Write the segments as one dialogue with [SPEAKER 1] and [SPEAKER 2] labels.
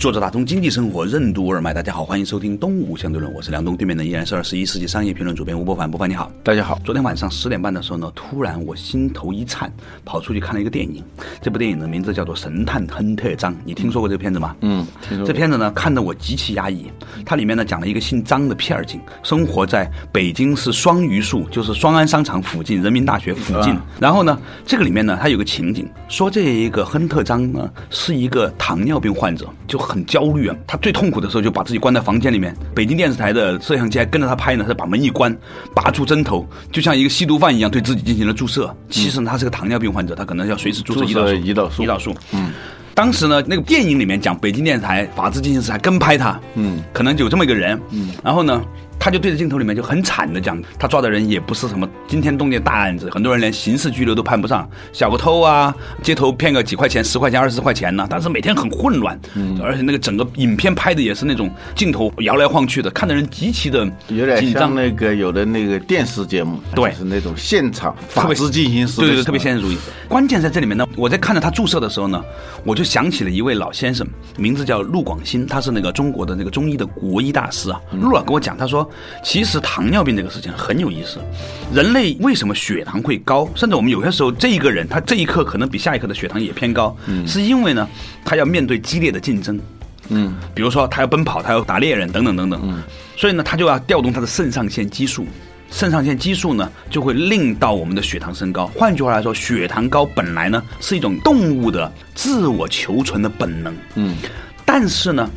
[SPEAKER 1] 作者打通经济生活任督二脉，大家好，欢迎收听《东吴相对论》，我是梁东，对面的依然是二十一世纪商业评论主编吴伯凡，博凡你好。
[SPEAKER 2] 大家好，
[SPEAKER 1] 昨天晚上十点半的时候呢，突然我心头一颤，跑出去看了一个电影。这部电影的名字叫做《神探亨特张》，你听说过这个片子吗？
[SPEAKER 2] 嗯，
[SPEAKER 1] 这片子呢看得我极其压抑。它里面呢讲了一个姓张的片儿警，生活在北京市双榆树，就是双安商场附近、人民大学附
[SPEAKER 2] 啊
[SPEAKER 1] 近。然后呢，这个里面呢，它有个情景，说这一个亨特张呢是一个糖尿病患者，就很焦虑啊。他最痛苦的时候就把自己关在房间里面，北京电视台的摄像机还跟着他拍呢，他把门一关，拔出针头，就像一个吸毒犯一样对自己进行了注射。其实呢，他是个糖尿病患者，他可能要随时注射
[SPEAKER 2] 注
[SPEAKER 1] 胰岛
[SPEAKER 2] 射
[SPEAKER 1] 素。
[SPEAKER 2] 胰岛素
[SPEAKER 1] 胰岛素，嗯。当时呢，那个电影里面讲北京电视台法制进行时还跟拍他，
[SPEAKER 2] 嗯，
[SPEAKER 1] 可能有这么一个人，嗯，然后呢，他就对着镜头里面就很惨的讲，他抓的人也不是什么惊天动地的大案子，很多人连刑事拘留都判不上，小个偷啊，街头骗个几块钱、十块钱、二十块钱呢、但是每天很混乱，嗯，而且那个整个影片拍的也是那种镜头摇来晃去的，看的人极其的
[SPEAKER 2] 有点
[SPEAKER 1] 紧张啊
[SPEAKER 2] 像那个有的那个电视节目，
[SPEAKER 1] 对
[SPEAKER 2] 就是那种现场
[SPEAKER 1] 特
[SPEAKER 2] 法
[SPEAKER 1] 别
[SPEAKER 2] 制进行时，
[SPEAKER 1] 对对对，特别现实主义。关键在这里面呢，我在看着他注射的时候呢，我就想起了一位老先生，名字叫陆广新，他是那个中国的那个中医的国医大师啊。
[SPEAKER 2] 嗯
[SPEAKER 1] 陆老跟我讲，他说其实糖尿病这个事情很有意思，人类为什么血糖会高，甚至我们有些时候这一个人他这一刻可能比下一刻的血糖也偏高，
[SPEAKER 2] 嗯
[SPEAKER 1] 是因为呢他要面对激烈的竞争。嗯，比如说他要奔跑，他要打猎人等等等等，嗯，所以呢，他就要调动他的肾上腺激素，肾上腺激素呢就会令到我们的血糖升高。换句话来说，血糖高本来呢是一种动物的自我求存的本能，嗯，但是呢。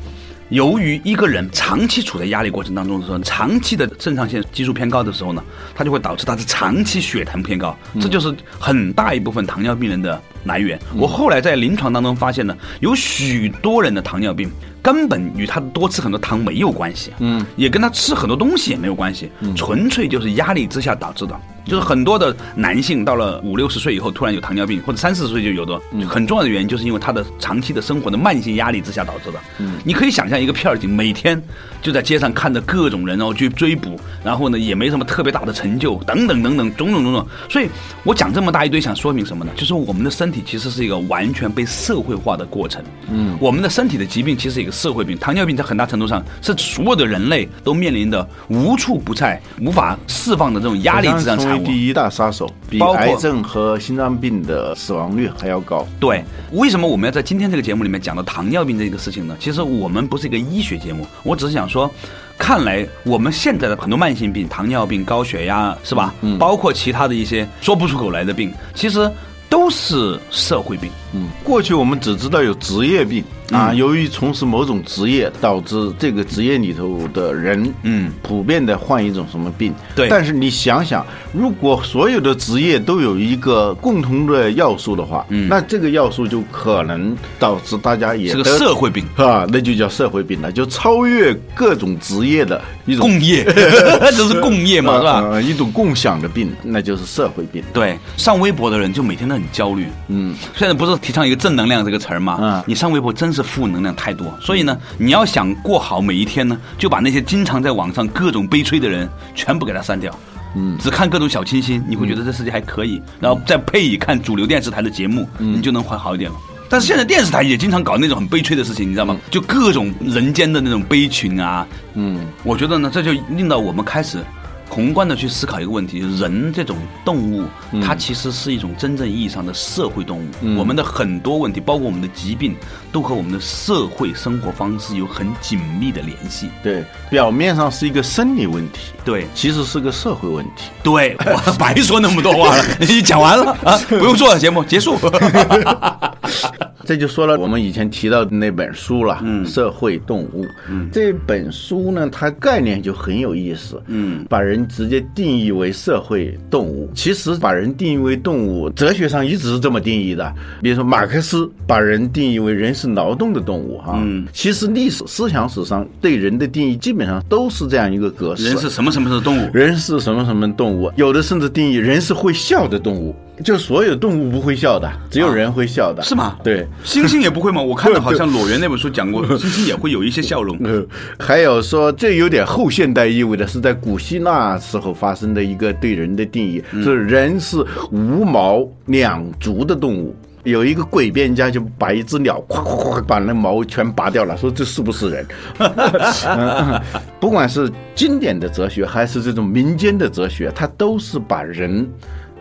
[SPEAKER 1] 由于一个人长期处在压力过程当中的时候，长期的肾上腺激素偏高的时候呢，它就会导致他的长期血糖偏高，这就是很大一部分糖尿病人的来源。我后来在临床当中发现呢，有许多人的糖尿病根本与他多吃很多糖没有关系，嗯，也跟他吃很多东西也没有关系，纯粹就是压力之下导致的。就是很多的男性到了五六十岁以后突然有糖尿病，或者三四十岁就有的，很重要的原因就是因为他的长期的生活的慢性压力之下导致的。你可以想象一个片儿警每天就在街上看着各种人，然后去追捕，然后呢也没什么特别大的成就，等等等等，种种种种。所以我讲这么大一堆，想说明什么呢？就是我们的身体其实是一个完全被社会化的过程。嗯，我们的身体的疾病其实是一个社会病，糖尿病在很大程度上是所有的人类都面临的无处不在、无法释放的这种压力之
[SPEAKER 2] 成
[SPEAKER 1] 上产
[SPEAKER 2] 为
[SPEAKER 1] 物。
[SPEAKER 2] 第一大杀手，比
[SPEAKER 1] 包括
[SPEAKER 2] 癌症和心脏病的死亡率还要高。
[SPEAKER 1] 对，为什么我们要在今天这个节目里面讲到糖尿病这个事情呢？其实我们不是一个医学节目，我只是想说，看来我们现在的很多慢性病，糖尿病、高血压，是吧？嗯，包括其他的一些说不出口来的病，其实都是社会病。
[SPEAKER 2] 过去我们只知道有职业病
[SPEAKER 1] 嗯
[SPEAKER 2] 啊，由于从事某种职业，导致这个职业里头的人，
[SPEAKER 1] 嗯，
[SPEAKER 2] 普遍的患一种什么病。
[SPEAKER 1] 对
[SPEAKER 2] 但是你想想，如果所有的职业都有一个共同的要素的话，嗯，那这个要素就可能导致大家也
[SPEAKER 1] 是个
[SPEAKER 2] 得
[SPEAKER 1] 社会病
[SPEAKER 2] 啊，那就叫社会病了，就超越各种职业的一种
[SPEAKER 1] 共业， 这是共业 嘛，是啊吧？
[SPEAKER 2] 呃呃一种共享的病，那就是社会病。
[SPEAKER 1] 对，上微博的人就每天都很焦虑。嗯，现在不是提倡一个正能量这个词儿吗？
[SPEAKER 2] 嗯
[SPEAKER 1] 你上微博真是负能量太多。所以呢，你要想过好每一天呢，就把那些经常在网上各种悲催的人全部给他删掉。嗯，只看各种小清新，你会觉得这世界还可以，然后再配以看主流电视台的节目，你就能会好一点了。但是现在电视台也经常搞那种很悲催的事情，你知道吗？就各种人间的那种悲情啊。嗯，我觉得呢，这就令到我们开始宏观的去思考一个问题：人这种动物，
[SPEAKER 2] 嗯
[SPEAKER 1] 它其实是一种真正意义上的社会动物。我们的很多问题，包括我们的疾病，都和我们的社会生活方式有很紧密的联系。
[SPEAKER 2] 对，表面上是一个生理问题，
[SPEAKER 1] 对
[SPEAKER 2] 其实是个社会问题。
[SPEAKER 1] 对，我 白说那么多 话了，你讲完了啊，不用做了，节目结束。
[SPEAKER 2] 这就说了我们以前提到的那本书了，嗯，《社会动物》。嗯，这本书呢，它概念就很有意思，嗯，把人直接定义为社会动物。其实把人定义为动物，哲学上一直是这么定义的。比如说马克思把人定义为人是劳动的动物哈、嗯，其实历史思想史上对人的定义基本上都是这样一个格式。
[SPEAKER 1] 人是什么什么的动物？
[SPEAKER 2] 人是什么什么动物？有的甚至定义人是会笑的动物，就所有动物不会笑的，只有人会笑的，
[SPEAKER 1] 是吗？
[SPEAKER 2] 对。
[SPEAKER 1] 猩猩也不会吗？我看到好像裸猿那本书讲过，猩猩也会有一些笑容。
[SPEAKER 2] 呃， 还有说这有点后现代意味的是，在古希腊时候发生的一个对人的定义，就是人是无毛两足的动物。有一个诡辩家就把一只鸟咵咵咵把那毛全拔掉了，说这是不是人？嗯不管是经典的哲学还是这种民间的哲学，它都是把人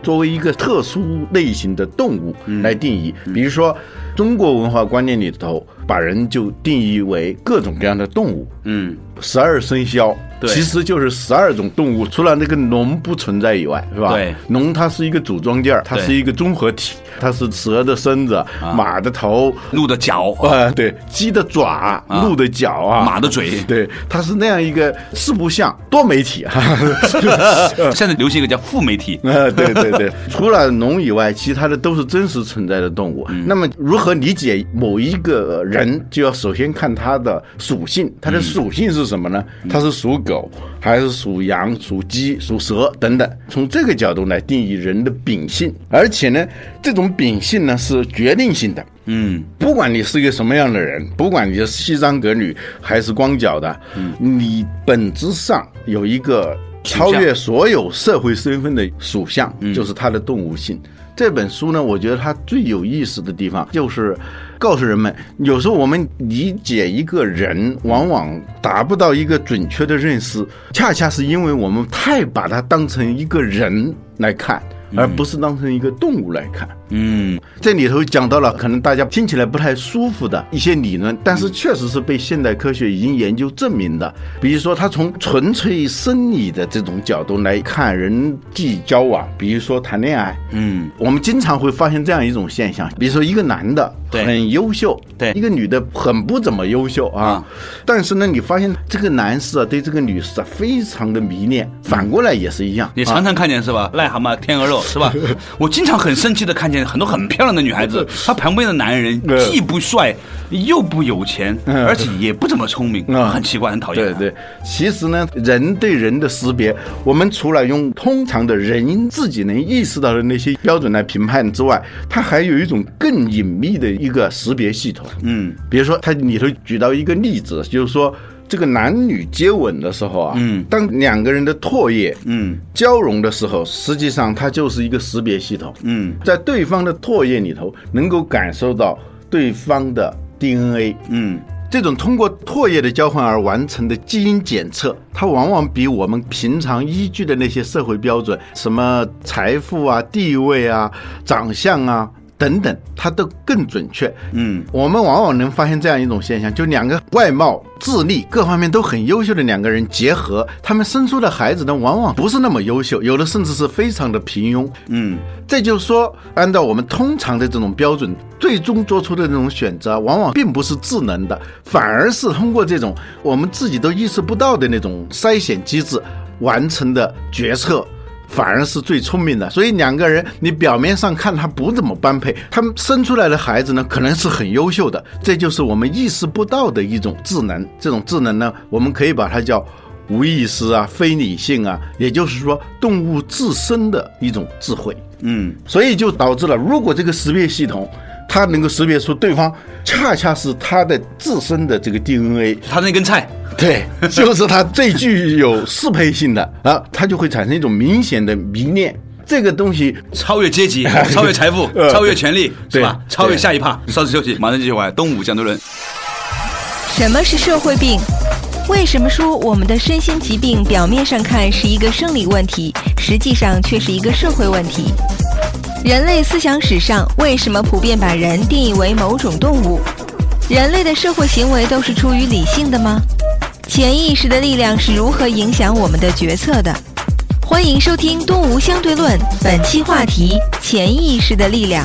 [SPEAKER 2] 作为一个特殊类型的动物来定义。比如说，中国文化观念里头把人就定义为各种各样的动物，
[SPEAKER 1] 嗯，
[SPEAKER 2] 十二生肖，
[SPEAKER 1] 对
[SPEAKER 2] 其实就是十二种动物，除了那个龙不存在以外，是吧？
[SPEAKER 1] 对
[SPEAKER 2] 龙它是一个组装件儿，它
[SPEAKER 1] 对啊
[SPEAKER 2] 是一个综合体，它是蛇的身子、马的头，
[SPEAKER 1] 鹿的脚，
[SPEAKER 2] 呃，对，鸡的爪、鹿的脚啊，
[SPEAKER 1] 马的嘴。
[SPEAKER 2] 对，它是那样一个四不像多媒体 啊。嗯
[SPEAKER 1] 现在流行一个叫副媒 体，
[SPEAKER 2] 啊，对对对，除了龙以外，其他的都是真实存在的动物。那么，如何理解某一个人，就要首先看他的属性，他的属性是什么呢？他是属狗，还是属羊、属鸡、属蛇等等？从这个角度来定义人的秉性，而且呢，这种秉性呢是决定性的。
[SPEAKER 1] 嗯，
[SPEAKER 2] 不管你是一个什么样的人，不管你是西装革履还是光脚的，你本质上有一个超越所有社会身份的属相，就是它的动物性。这本书呢，我觉得它最有意思的地方就是告诉人们，有时候我们理解一个人，往往达不到一个准确的认识，恰恰是因为我们太把它当成一个人来看，而不是当成一个动物来看。
[SPEAKER 1] 嗯，
[SPEAKER 2] 这里头讲到了可能大家听起来不太舒服的一些理论，但是确实是被现代科学已经研究证明的。比如说，他从纯粹生理的这种角度来看人际交往，比如说谈恋爱，
[SPEAKER 1] 嗯，
[SPEAKER 2] 我们经常会发现这样一种现象，比如说一个男的
[SPEAKER 1] 对
[SPEAKER 2] 很优秀，
[SPEAKER 1] 对
[SPEAKER 2] 一个女的很不怎么优秀啊，但是呢，你发现这个男士啊对这个女士啊非常的迷恋，反过来也是一样，
[SPEAKER 1] 你常常看见是吧？
[SPEAKER 2] 啊
[SPEAKER 1] 癞蛤蟆、天鹅肉 是吧？我经常很生气的看见很多很漂亮的女孩子，她旁边的男人
[SPEAKER 2] 对
[SPEAKER 1] 既不帅，又不有钱，而且也不怎么聪明，
[SPEAKER 2] 嗯
[SPEAKER 1] 很奇怪，很讨厌。
[SPEAKER 2] 对对，其实呢，人对人的识别，我们除了用通常的人自己能意识到的那些标准来评判之外，它还有一种更隐秘的一个识别系统。嗯，比如说它里头举到一个例子，就是说。这个男女接吻的时候啊，嗯，当两个人的唾液，嗯，交融的时候，实际上它就是一个识别系统，嗯，在对方的唾液里头能够感受到对方的 DNA，嗯，这种通过唾液的交换而完成的基因检测，它往往比我们平常依据的那些社会标准，什么财富啊、地位啊、长相啊。等等，它都更准确。嗯，我们往往能发现这样一种现象：就两个外貌、智力各方面都很优秀的两个人结合，他们生出的孩子呢，往往不是那么优秀，有的甚至是非常的平庸。嗯，这就是说，按照我们通常的这种标准，最终做出的这种选择，往往并不是智能的，反而是通过这种我们自己都意识不到的那种筛选机制完成的决策。反而是最聪明的，所以两个人，你表面上看他不怎么般配，他们生出来的孩子呢，可能是很优秀的，这就是我们意识不到的一种智能。这种智能呢，我们可以把它叫无意识啊、非理性啊，也就是说，动物自身的一种智慧。
[SPEAKER 1] 嗯，
[SPEAKER 2] 所以就导致了，如果这个识别系统它能够识别出对方恰恰是他的自身的这个 DNA，
[SPEAKER 1] 他那根菜，
[SPEAKER 2] 对，就是它最具有适配性的啊，它就会产生一种明显的迷恋。这个东西
[SPEAKER 1] 超越 阶级，超越财富，
[SPEAKER 2] 呃
[SPEAKER 1] 超越权力，是
[SPEAKER 2] 对
[SPEAKER 1] 吧？
[SPEAKER 2] 对
[SPEAKER 1] 超越下一趴。稍事休息，马上继续回来。东吴讲对论，
[SPEAKER 3] 什么是社会病？为什么说我们的身心疾病表面上看是一个生理问题，实际上却是一个社会问题？人类思想史上为什么普遍把人定义为某种动物？人类的社会行为都是出于理性的吗？潜意识的力量是如何影响我们的决策的？欢迎收听《东吴相对论》，本期话题：潜意识的力量。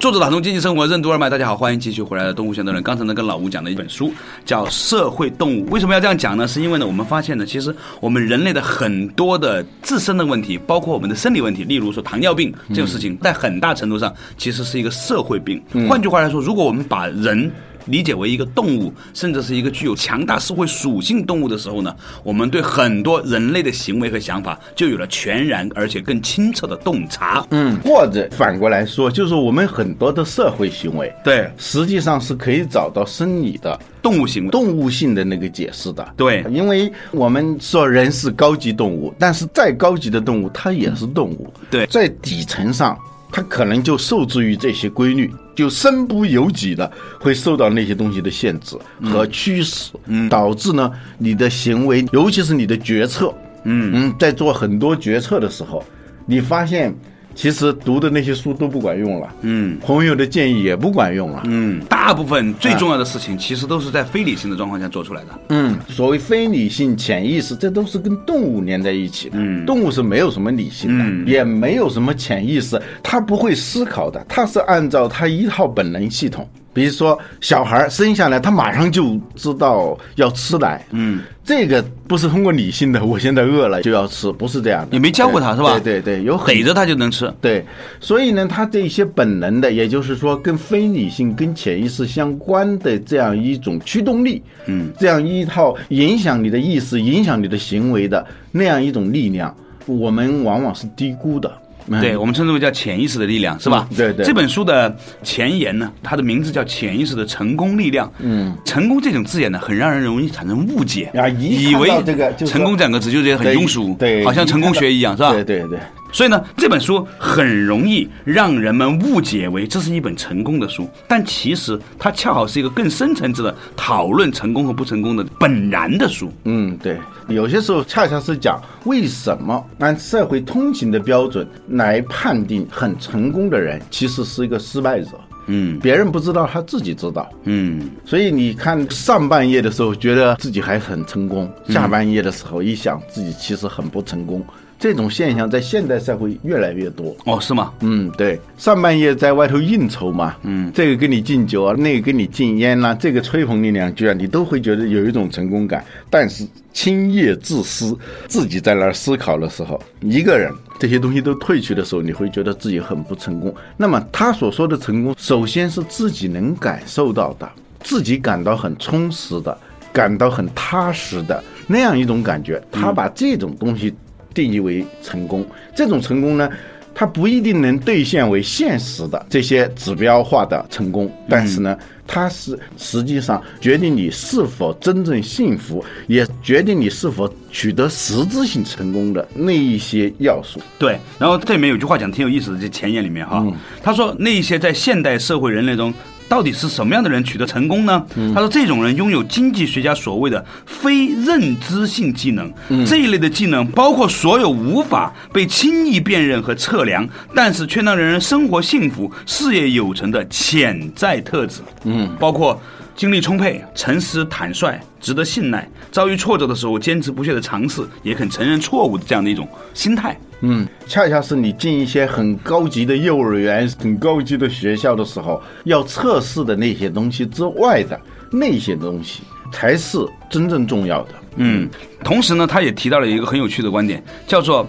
[SPEAKER 1] 作者打通经济生活任督二脉，大家好，欢迎继续回来的动物相对论。刚才呢，跟老吴讲的一本书叫《社会动物》，为什么要这样讲呢？是因为呢，我们发现呢，其实我们人类的很多的自身的问题，包括我们的生理问题，例如说糖尿病这种事情，在很大程度上其实是一个社会病。换句话来说，如果我们把人理解为一个动物，甚至是一个具有强大社会属性动物的时候呢，我们对很多人类的行为和想法就有了全然而且更清澈的洞察。
[SPEAKER 2] 嗯，或者反过来说，就是我们很多的社会行为，
[SPEAKER 1] 对
[SPEAKER 2] 实际上是可以找到生理的
[SPEAKER 1] 动物行为，
[SPEAKER 2] 动物性的那个解释的。
[SPEAKER 1] 对
[SPEAKER 2] 因为我们说人是高级动物，但是再高级的动物它也是动物。
[SPEAKER 1] 对
[SPEAKER 2] 在底层上，它可能就受制于这些规律，就身不由己的会受到那些东西的限制
[SPEAKER 1] 嗯
[SPEAKER 2] 和驱使，导致呢你的行为，尤其是你的决策，嗯嗯，在做很多决策的时候，你发现。其实读的那些书都不管用了，嗯，朋友的建议也不管用了，嗯，
[SPEAKER 1] 嗯，大部分最重要的事情其实都是在非理性的状况下做出来的。
[SPEAKER 2] 嗯，所谓非理性、潜意识，这都是跟动物连在一起的。嗯，动物是没有什么理性的，
[SPEAKER 1] 嗯
[SPEAKER 2] 也没有什么潜意识，它不会思考的，它是按照它一套本能系统。比如说，小孩儿生下来，他马上就知道要吃奶。嗯，这个不是通过理性的，我现在饿了就要吃，不是这样的。
[SPEAKER 1] 你没教过他是吧
[SPEAKER 2] 对对对，有很
[SPEAKER 1] 逮着它就能吃，
[SPEAKER 2] 对，所以呢，他这些本能的，也就是说跟非理性、跟潜意识相关的这样一种驱动力，嗯，这样一套影响你的意识、影响你的行为的那样一种力量，我们往往是低估的。嗯
[SPEAKER 1] 对我们称之为叫潜意识的力量，是吧？
[SPEAKER 2] 嗯对对
[SPEAKER 1] 这本书的前言呢，它的名字叫《潜意识的成功力量》。嗯，成功这种字眼呢，很让人容易产生误解
[SPEAKER 2] 啊一
[SPEAKER 1] 以
[SPEAKER 2] 看
[SPEAKER 1] 为
[SPEAKER 2] 到这个就说
[SPEAKER 1] 成功两个字就觉得很
[SPEAKER 2] 对
[SPEAKER 1] 庸俗，
[SPEAKER 2] 对，
[SPEAKER 1] 好像成功学一样，是吧？
[SPEAKER 2] 对对对，
[SPEAKER 1] 所以呢，这本书很容易让人们误解为这是一本成功的书，但其实它恰好是一个更深层次的讨论成功和不成功的本然的书。
[SPEAKER 2] 嗯，对，有些时候恰恰是讲为什么按社会通行的标准来判定很成功的人，其实是一个失败者。
[SPEAKER 1] 嗯
[SPEAKER 2] 别人不知道，他自己知道。
[SPEAKER 1] 嗯，
[SPEAKER 2] 所以你看，上半夜的时候觉得自己还很成功，下半夜的时候一想自己其实很不成功，这种现象在现代社会越来越多。
[SPEAKER 1] 哦，是吗？
[SPEAKER 2] 嗯，对，上半夜在外头应酬嘛，嗯，这个跟你敬酒啊，那个跟你敬烟啦、这个吹捧你两句啊，你都会觉得有一种成功感。但是清夜自思，自己在那儿思考的时候，一个人这些东西都褪去的时候，你会觉得自己很不成功。那么他所说的成功，首先是自己能感受到的，自己感到很充实的，感到很踏实的那样一种感觉。他把这种东西定义为成功。这种成功呢，它不一定能兑现为现实的这些指标化的成功，但是呢，它是实际上决定你是否真正幸福，也决定你是否取得实质性成功的那一些要素。
[SPEAKER 1] 对，然后这里面有句话讲得挺有意思的，这前言里面哈，他说那些在现代社会人类中。到底是什么样的人取得成功呢？他说，这种人拥有经济学家所谓的非认知性技能，这一类的技能包括所有无法被轻易辨认和测量，但是却能让人生活幸福、事业有成的潜在特质。嗯，包括精力充沛、诚实坦率、值得信赖，遭遇挫折的时候坚持不懈的尝试，也肯承认错误的这样的一种心态。
[SPEAKER 2] 嗯，恰恰是你进一些很高级的幼儿园、很高级的学校的时候，要测试的那些东西之外的那些东西，才是真正重要的。
[SPEAKER 1] 嗯，同时呢，他也提到了一个很有趣的观点，叫做。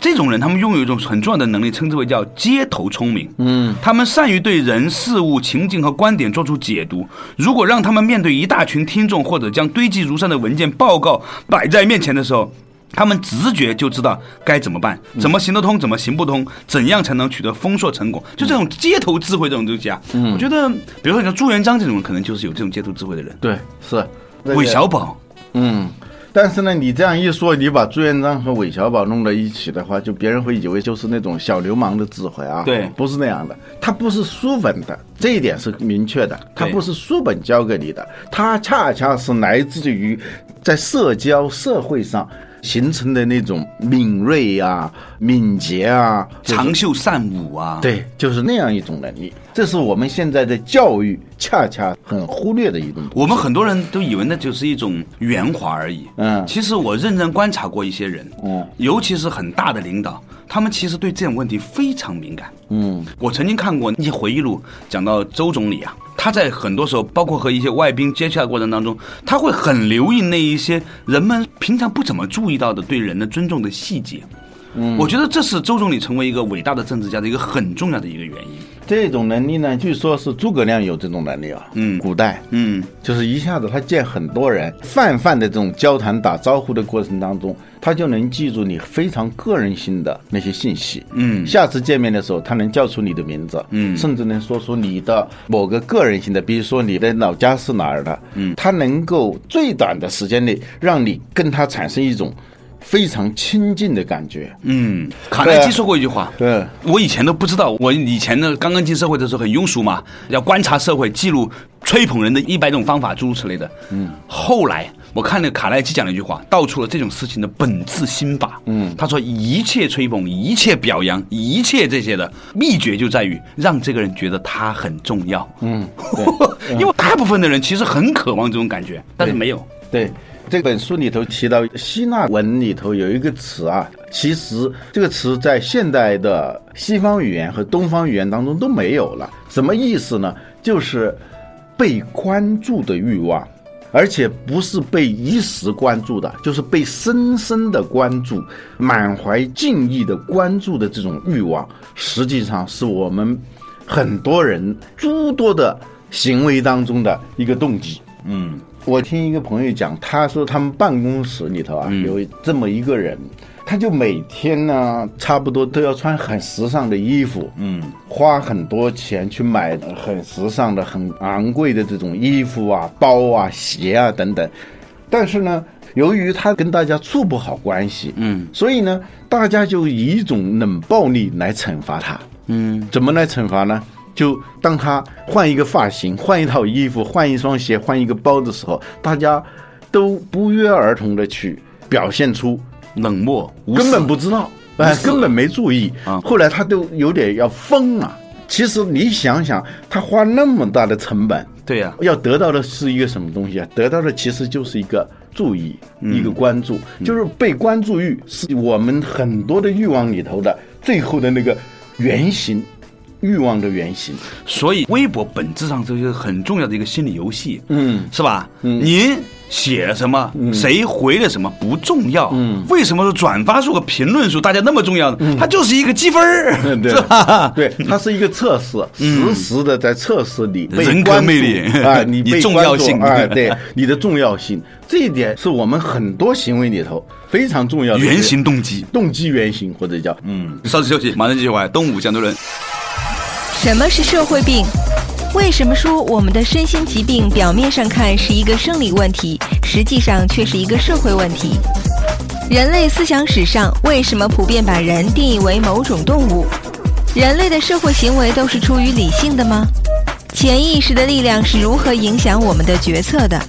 [SPEAKER 1] 这种人，他们拥有一种很重要的能力，称之为叫街头聪明。嗯，他们善于对人、事物、情境和观点做出解读。如果让他们面对一大群听众，或者将堆积如山的文件、报告摆在面前的时候，他们直觉就知道该怎么办，
[SPEAKER 2] 嗯
[SPEAKER 1] 怎么行得通，怎么行不通，怎样才能取得丰硕成果。就这种街头智慧这种东西啊，
[SPEAKER 2] 嗯
[SPEAKER 1] 我觉得，比如说你像朱元璋这种人，可能就是有这种街头智慧的人。
[SPEAKER 2] 对，是那个
[SPEAKER 1] 韦小宝，
[SPEAKER 2] 嗯，但是呢，你这样一说，你把朱元璋和韦小宝弄到一起的话，就别人会以为就是那种小流氓的智慧啊。
[SPEAKER 1] 对
[SPEAKER 2] 不是那样的，他不是书本的，这一点是明确的，他
[SPEAKER 1] 对
[SPEAKER 2] 不是书本教给你的，他恰恰是来自于在社交社会上。形成的那种敏锐啊、敏捷啊、就是
[SPEAKER 1] 长袖善舞啊，，
[SPEAKER 2] 对，就是那样一种能力。这是我们现在的教育恰恰很忽略的一种东西。
[SPEAKER 1] 我们很多人都以为那就是一种圆滑而已。
[SPEAKER 2] 嗯
[SPEAKER 1] 其实我认真观察过一些人，
[SPEAKER 2] 嗯，
[SPEAKER 1] 尤其是很大的领导，他们其实对这种问题非常敏感。
[SPEAKER 2] 嗯
[SPEAKER 1] 我曾经看过一些回忆录，讲到周总理啊，他在很多时候，包括和一些外宾接洽的过程当中，他会很留意那一些人们平常不怎么注意到的对人的尊重的细节。嗯，我觉得这是周总理成为一个伟大的政治家的一个很重要的一个原因。
[SPEAKER 2] 这种能力呢，据说是诸葛亮有这种能力啊。
[SPEAKER 1] 嗯
[SPEAKER 2] 古代，
[SPEAKER 1] 嗯，
[SPEAKER 2] 就是一下子他见很多人，泛泛的这种交谈打招呼的过程当中，他就能记住你非常个人性的那些信息。
[SPEAKER 1] 嗯
[SPEAKER 2] 下次见面的时候，他能叫出你的名字，
[SPEAKER 1] 嗯
[SPEAKER 2] 甚至能说出你的某个个人性的，比如说你的老家是哪儿的，嗯，他能够最短的时间内让你跟他产生一种非常亲近的感觉。
[SPEAKER 1] 嗯，卡耐基说过一句话，
[SPEAKER 2] 对
[SPEAKER 1] 我以前都不知道，我以前呢刚刚进社会的时候很庸俗嘛，要观察社会，记录吹捧人的一百种方法，诸如此类的。嗯，后来我看那个卡耐基讲了一句话，道出了这种事情的本质心法。嗯，他说一切吹捧、一切表扬、一切这些的秘诀就在于让这个人觉得他很重要。 嗯，因为大部分的人其实很渴望这种感觉，但是没有。
[SPEAKER 2] 对，这本书里头提到希腊文里头有一个词啊，其实这个词在现代的西方语言和东方语言当中都没有了。什么意思呢？就是被关注的欲望。而且不是被一时关注的，就是被深深的关注、满怀敬意的关注的这种欲望，实际上是我们很多人诸多的行为当中的一个动机。我听一个朋友讲，他说他们办公室里头啊、有这么一个人，他就每天呢差不多都要穿很时尚的衣服，嗯，花很多钱去买很时尚的、很昂贵的这种衣服啊、包啊、鞋啊等等。但是呢，由于他跟大家处不好关系，嗯，所以呢，大家就以一种冷暴力来惩罚他，嗯，怎么来惩罚呢？就当他换一个发型、换一套衣服、换一双鞋、换一个包的时候，大家都不约而同的去表现出
[SPEAKER 1] 冷漠，无
[SPEAKER 2] 根本
[SPEAKER 1] 视
[SPEAKER 2] 不知道，哎，根本没注意。
[SPEAKER 1] 啊
[SPEAKER 2] 后来他都有点要疯了。其实你想想，他花那么大的成本，
[SPEAKER 1] 对呀、
[SPEAKER 2] 要得到的是一个什么东西啊？得到的其实就是一个注意，
[SPEAKER 1] 嗯
[SPEAKER 2] 一个关注，就是被关注欲是我们很多的欲望里头的最后的那个原型，欲望的原型。
[SPEAKER 1] 所以微博本质上就是很重要的一个心理游戏，
[SPEAKER 2] 嗯
[SPEAKER 1] 是吧？您写了什么，谁回了什么不重要，
[SPEAKER 2] 嗯
[SPEAKER 1] 为什么说转发数和评论数大家那么重要呢？它就是一个积分儿，
[SPEAKER 2] 嗯对
[SPEAKER 1] 是吧？
[SPEAKER 2] 对，它是一个测试，实时的在测试你被
[SPEAKER 1] 嗯人格
[SPEAKER 2] 关注
[SPEAKER 1] 魅力
[SPEAKER 2] 啊，你
[SPEAKER 1] 你
[SPEAKER 2] 被
[SPEAKER 1] 重
[SPEAKER 2] 关
[SPEAKER 1] 要
[SPEAKER 2] 注
[SPEAKER 1] 性
[SPEAKER 2] 啊，对你的重要性，这一点是我们很多行为里头非常重要的一个
[SPEAKER 1] 原型动机。
[SPEAKER 2] 动机原型，或者叫
[SPEAKER 1] 嗯，稍事休息，马上继续回来。东吴相对论，
[SPEAKER 3] 什么是社会病？为什么说我们的身心疾病表面上看是一个生理问题，实际上却是一个社会问题？人类思想史上为什么普遍把人定义为某种动物？人类的社会行为都是出于理性的吗？潜意识的力量是如何影响我们的决策的？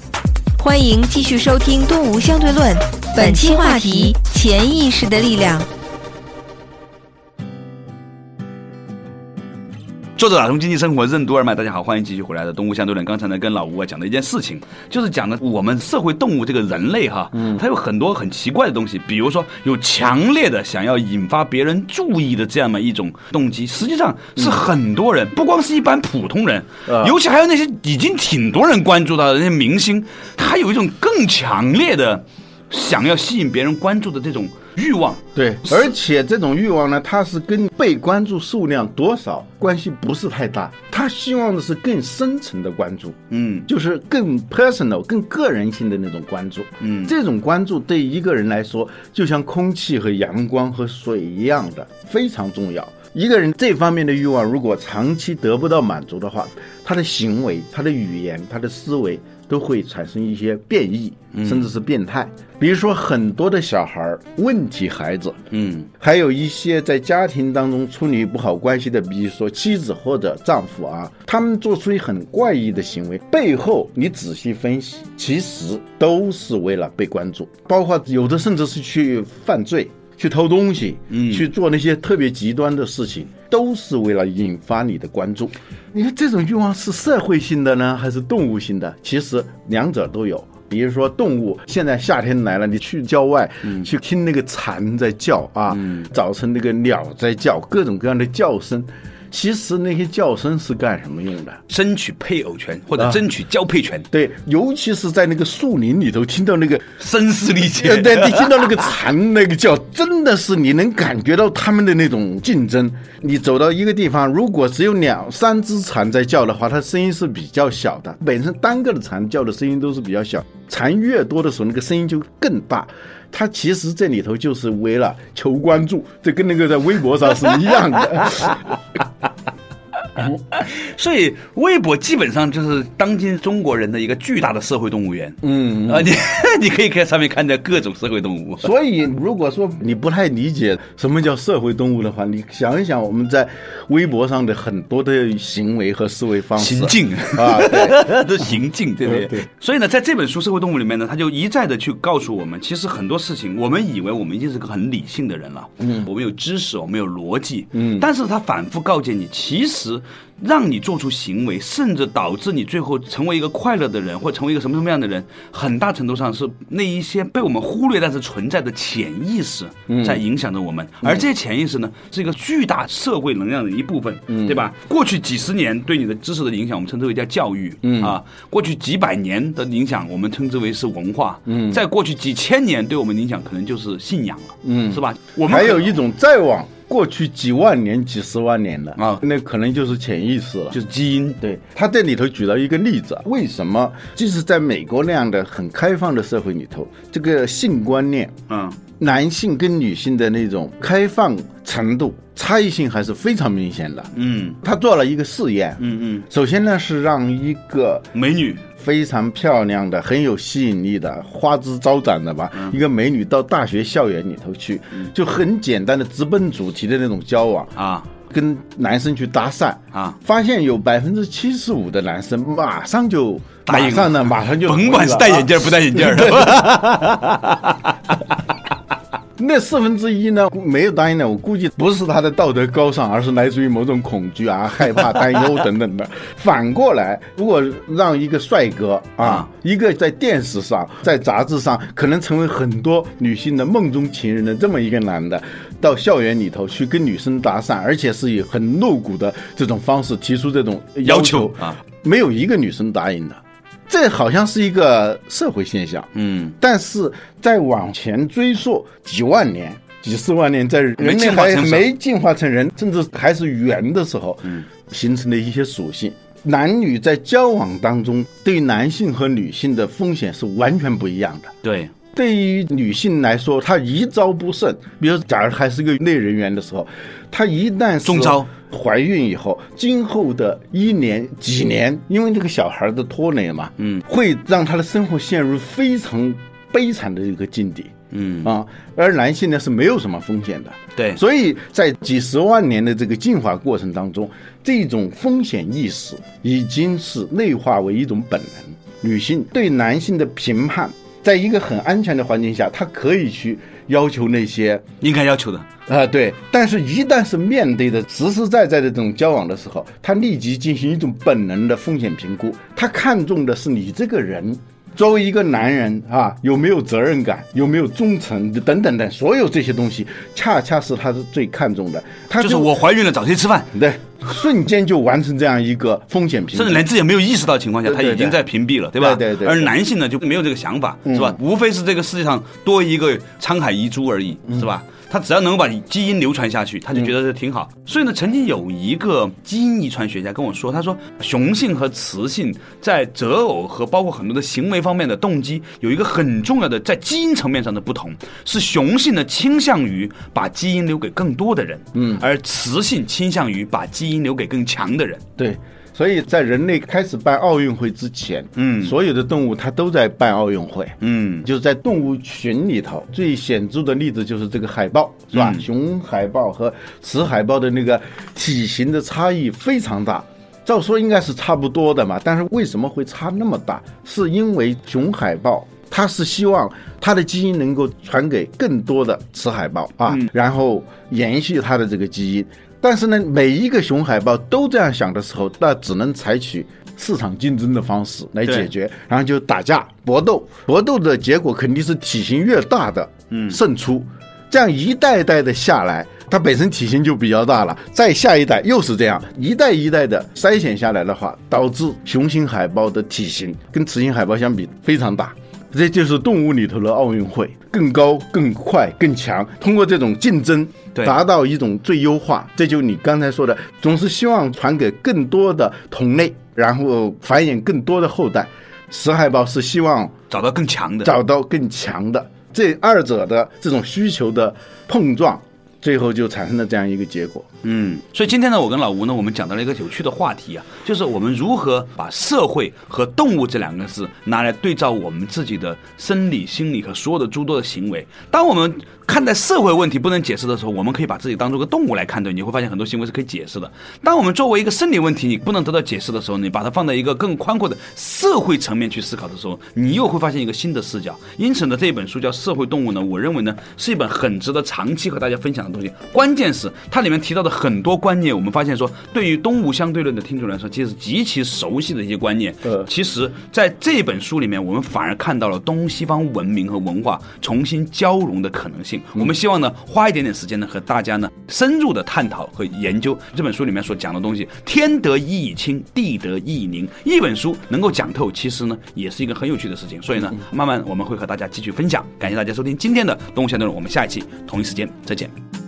[SPEAKER 3] 欢迎继续收听《东吴相对论》，本期话题：潜意识的力量。
[SPEAKER 1] 作者打啊通经济生活任督二脉，大家好，欢迎继续回来的东吴相对论。刚才呢，跟老吴啊讲的一件事情，就是讲的我们社会动物这个人类哈，它有很多很奇怪的东西，比如说有强烈的想要引发别人注意的这样的一种动机，实际上是很多人，不光是一般普通人，尤其还有那些已经挺多人关注到的那些明星，他有一种更强烈的想要吸引别人关注的这种欲望。
[SPEAKER 2] 对，而且这种欲望呢，它是跟被关注数量多少关系不是太大，他希望的是更深层的关注，
[SPEAKER 1] 嗯
[SPEAKER 2] 就是更 personal、更个人性的那种关注。
[SPEAKER 1] 嗯
[SPEAKER 2] 这种关注对一个人来说，就像空气和阳光和水一样的非常重要。一个人这方面的欲望如果长期得不到满足的话，他的行为、他的语言、他的思维都会产生一些变异，甚至是变态。比如说很多的小孩儿问题孩子，
[SPEAKER 1] 嗯，
[SPEAKER 2] 还有一些在家庭当中处理不好关系的，比如说妻子或者丈夫啊，他们做出很怪异的行为，背后你仔细分析，其实都是为了被关注，包括有的甚至是去犯罪。去偷东西，嗯，去做那些特别极端的事情，都是为了引发你的关注。你看这种欲望是社会性的呢，还是动物性的？其实两者都有。比如说动物，现在夏天来了，你去郊外、去听那个蝉在叫啊，早晨那个鸟在叫，各种各样的叫声。其实那些叫声是干什么用的？
[SPEAKER 1] 争取配偶权或者争取交配权，
[SPEAKER 2] 对，尤其是在那个树林里头，听到那个
[SPEAKER 1] 声嘶力
[SPEAKER 2] 对
[SPEAKER 1] 竭。
[SPEAKER 2] 对，你听到那个蝉那个叫，真的是你能感觉到他们的那种竞争。你走到一个地方，如果只有两三只蝉在叫的话，它声音是比较小的。本身单个的蝉叫的声音都是比较小，蝉越多的时候，那个声音就更大。它其实这里头就是为了求关注，这跟那个在微博上是一样 的。
[SPEAKER 1] 所以微博基本上就是当今中国人的一个巨大的社会动物园。嗯啊，你你可以在上面看到各种社会动物。
[SPEAKER 2] 所以，如果说你不太理解什么叫社会动物的话，你想一想我们在微博上的很多的行为和思维方式、
[SPEAKER 1] 行径
[SPEAKER 2] 啊，对
[SPEAKER 1] 的行径，对不嗯对？
[SPEAKER 2] 对对
[SPEAKER 1] 所以呢，在这本书《社会动物》里面呢，他就一再的去告诉我们，其实很多事情，我们以为我们已经是个很理性的人了，嗯，我们有知识，我们有逻辑，嗯，但是他反复告诫你，其实让你做出行为，甚至导致你最后成为一个快乐的人，或成为一个什么什么样的人，很大程度上是那一些被我们忽略但是存在的潜意识
[SPEAKER 2] 嗯
[SPEAKER 1] 在影响着我们，而这些潜意识呢，是一个巨大社会能量的一部分，
[SPEAKER 2] 嗯
[SPEAKER 1] 对吧？过去几十年对你的知识的影响，我们称之为叫教育，
[SPEAKER 2] 嗯
[SPEAKER 1] 啊，过去几百年的影响，我们称之为是文化，嗯，再过去几千年对我们的影响，可能就是信仰了，嗯，是吧？我们
[SPEAKER 2] 还有
[SPEAKER 1] 可能
[SPEAKER 2] 一种再往过去几万年、几十万年的
[SPEAKER 1] 啊
[SPEAKER 2] 那可能就是潜意识了。
[SPEAKER 1] 就是基因，
[SPEAKER 2] 对他这里头举了一个例子，为什么即使在美国那样的很开放的社会里头，这个性观念，
[SPEAKER 1] 嗯，
[SPEAKER 2] 男性跟女性的那种开放程度差异性还是非常明显的。
[SPEAKER 1] 嗯
[SPEAKER 2] 他做了一个试验，
[SPEAKER 1] 嗯嗯，
[SPEAKER 2] 首先呢是让一个
[SPEAKER 1] 美女，
[SPEAKER 2] 非常漂亮的、很有吸引力的、花枝招展的吧，
[SPEAKER 1] 嗯
[SPEAKER 2] 一个美女到大学校园里头去，就很简单的直奔主题的那种交往，
[SPEAKER 1] 啊
[SPEAKER 2] 跟男生去搭讪
[SPEAKER 1] 啊，
[SPEAKER 2] 发现有百分之七十五的男生马上就
[SPEAKER 1] 答应
[SPEAKER 2] 马
[SPEAKER 1] 了
[SPEAKER 2] 上呢，马上 就
[SPEAKER 1] 甭管是戴眼镜儿不戴眼镜儿，
[SPEAKER 2] 那四分之一呢没有答应的，我估计不是他的道德高尚，而是来自于某种恐惧啊、害怕、担忧等等的。反过来，如果让一个帅哥啊
[SPEAKER 1] 啊，
[SPEAKER 2] 一个在电视上、在杂志上可能成为很多女性的梦中情人的这么一个男的，到校园里头去跟女生搭讪，而且是以很露骨的这种方式提出这种要求
[SPEAKER 1] 要求啊，
[SPEAKER 2] 没有一个女生答应的。这好像是一个社会现象，
[SPEAKER 1] 嗯。
[SPEAKER 2] 但是再往前追溯几万年、几十万年，在人类
[SPEAKER 1] 进化
[SPEAKER 2] 还
[SPEAKER 1] 成嗯
[SPEAKER 2] 没进化成人，甚至还是猿的时候，形成的一些属性。男女在交往当中，对男性和女性的风险是完全不一样的。
[SPEAKER 1] 对，
[SPEAKER 2] 对于女性来说，她一招不慎，比如假如还是个内人员的时候，她一旦是
[SPEAKER 1] 中招
[SPEAKER 2] 怀孕以后，今后的一年几年，因为这个小孩的拖累嘛，嗯，会让她的生活陷入非常悲惨的一个境地。嗯啊，而男性呢是没有什么风险的，
[SPEAKER 1] 对
[SPEAKER 2] 所以在几十万年的这个进化过程当中，这种风险意识已经是内化为一种本能。女性对男性的评判，在一个很安全的环境下，她可以去要求那些
[SPEAKER 1] 应该要求的。
[SPEAKER 2] 啊、对，但是一旦是面对的实实在在的这种交往的时候，他立即进行一种本能的风险评估，他看重的是你这个人。作为一个男人啊，有没有责任感，有没有忠诚等等等，所有这些东西，恰恰是他是最看重的。他
[SPEAKER 1] 就是我怀孕了，找谁吃饭？
[SPEAKER 2] 对，瞬间就完成这样一个风险评估
[SPEAKER 1] 甚至。连自己没有意识到的情况下，
[SPEAKER 2] 对
[SPEAKER 1] 他
[SPEAKER 2] 对
[SPEAKER 1] 已经
[SPEAKER 2] 对
[SPEAKER 1] 在屏蔽了，对吧？
[SPEAKER 2] 对对对对嗯
[SPEAKER 1] 而男
[SPEAKER 2] 嗯
[SPEAKER 1] 性呢，就没有这个想法，是吧？无非是这个世界上多一个沧海遗珠而已，是吧？他只要能够把基因流传下去，他就觉得这挺好。所以呢，曾经有一个基因遗传学家跟我说，他说雄性和雌性在择偶和包括很多的行为方面的动机有一个很重要的在基因层面上的不同，是雄性呢倾向于把基因留给更多的人，嗯，而雌性倾向于把基因留给更强的人。
[SPEAKER 2] 对，所以在人类开始办奥运会之前，
[SPEAKER 1] 嗯
[SPEAKER 2] 所有的动物它都在办奥运会，
[SPEAKER 1] 嗯
[SPEAKER 2] 就是在动物群里头最显著的例子就是这个海豹，是吧？
[SPEAKER 1] 嗯
[SPEAKER 2] 雄海豹和雌海豹的那个体型的差异非常大。照说应该是差不多的嘛，但是为什么会差那么大？是因为雄海豹它是希望它的基因能够传给更多的雌海豹啊，
[SPEAKER 1] 嗯
[SPEAKER 2] 然后延续它的这个基因。但是呢，每一个雄海豹都这样想的时候，那只能采取市场竞争的方式来
[SPEAKER 1] 对
[SPEAKER 2] 解决。决，然后就打架搏斗，搏斗的结果肯定是体型越大的嗯胜出。这样一代一代的下来，它本身体型就比较大了，再下一代又是这样，一代一代的筛选下来的话，导致雄性海豹的体型跟雌性海豹相比非常大。这就是动物里头的奥运会，更高、更快、更强，通过这种竞争
[SPEAKER 1] 对
[SPEAKER 2] 达到一种最优化。这就是你刚才说的，总是希望传给更多的同类，然后繁衍更多的后代。死海豹是希望
[SPEAKER 1] 找到更强的，
[SPEAKER 2] 找到更强的，这二者的这种需求的碰撞，最后就产生了这样一个结果。
[SPEAKER 1] 嗯，所以今天呢，我跟老吴呢，我们讲到了一个有趣的话题啊，就是我们如何把社会和动物这两个字拿来对照我们自己的生理、心理和所有的诸多的行为。当我们看待社会问题不能解释的时候，我们可以把自己当做个动物来看待，你会发现很多行为是可以解释的。当我们作为一个生理问题你不能得到解释的时候，你把它放在一个更宽阔的社会层面去思考的时候，你又会发现一个新的视角。因此呢，这本书叫《社会动物》呢，我认为呢是一本很值得长期和大家分享的东西。关键是它里面提到的很多观念，我们发现说，对于东吴相对论的听众来说，其实极其熟悉的一些观念。
[SPEAKER 2] 呃
[SPEAKER 1] 其实在这本书里面，我们反而看到了东西方文明和文化重新交融的可能性。我们希望呢，花一点点时间呢，和大家呢深入的探讨和研究这本书里面所讲的东西。天得一以清，地得一以宁。一本书能够讲透，其实呢，也是一个很有趣的事情。所以呢，慢慢我们会和大家继续分享。感谢大家收听今天的《东吴相对论》，我们下一期同一时间再见。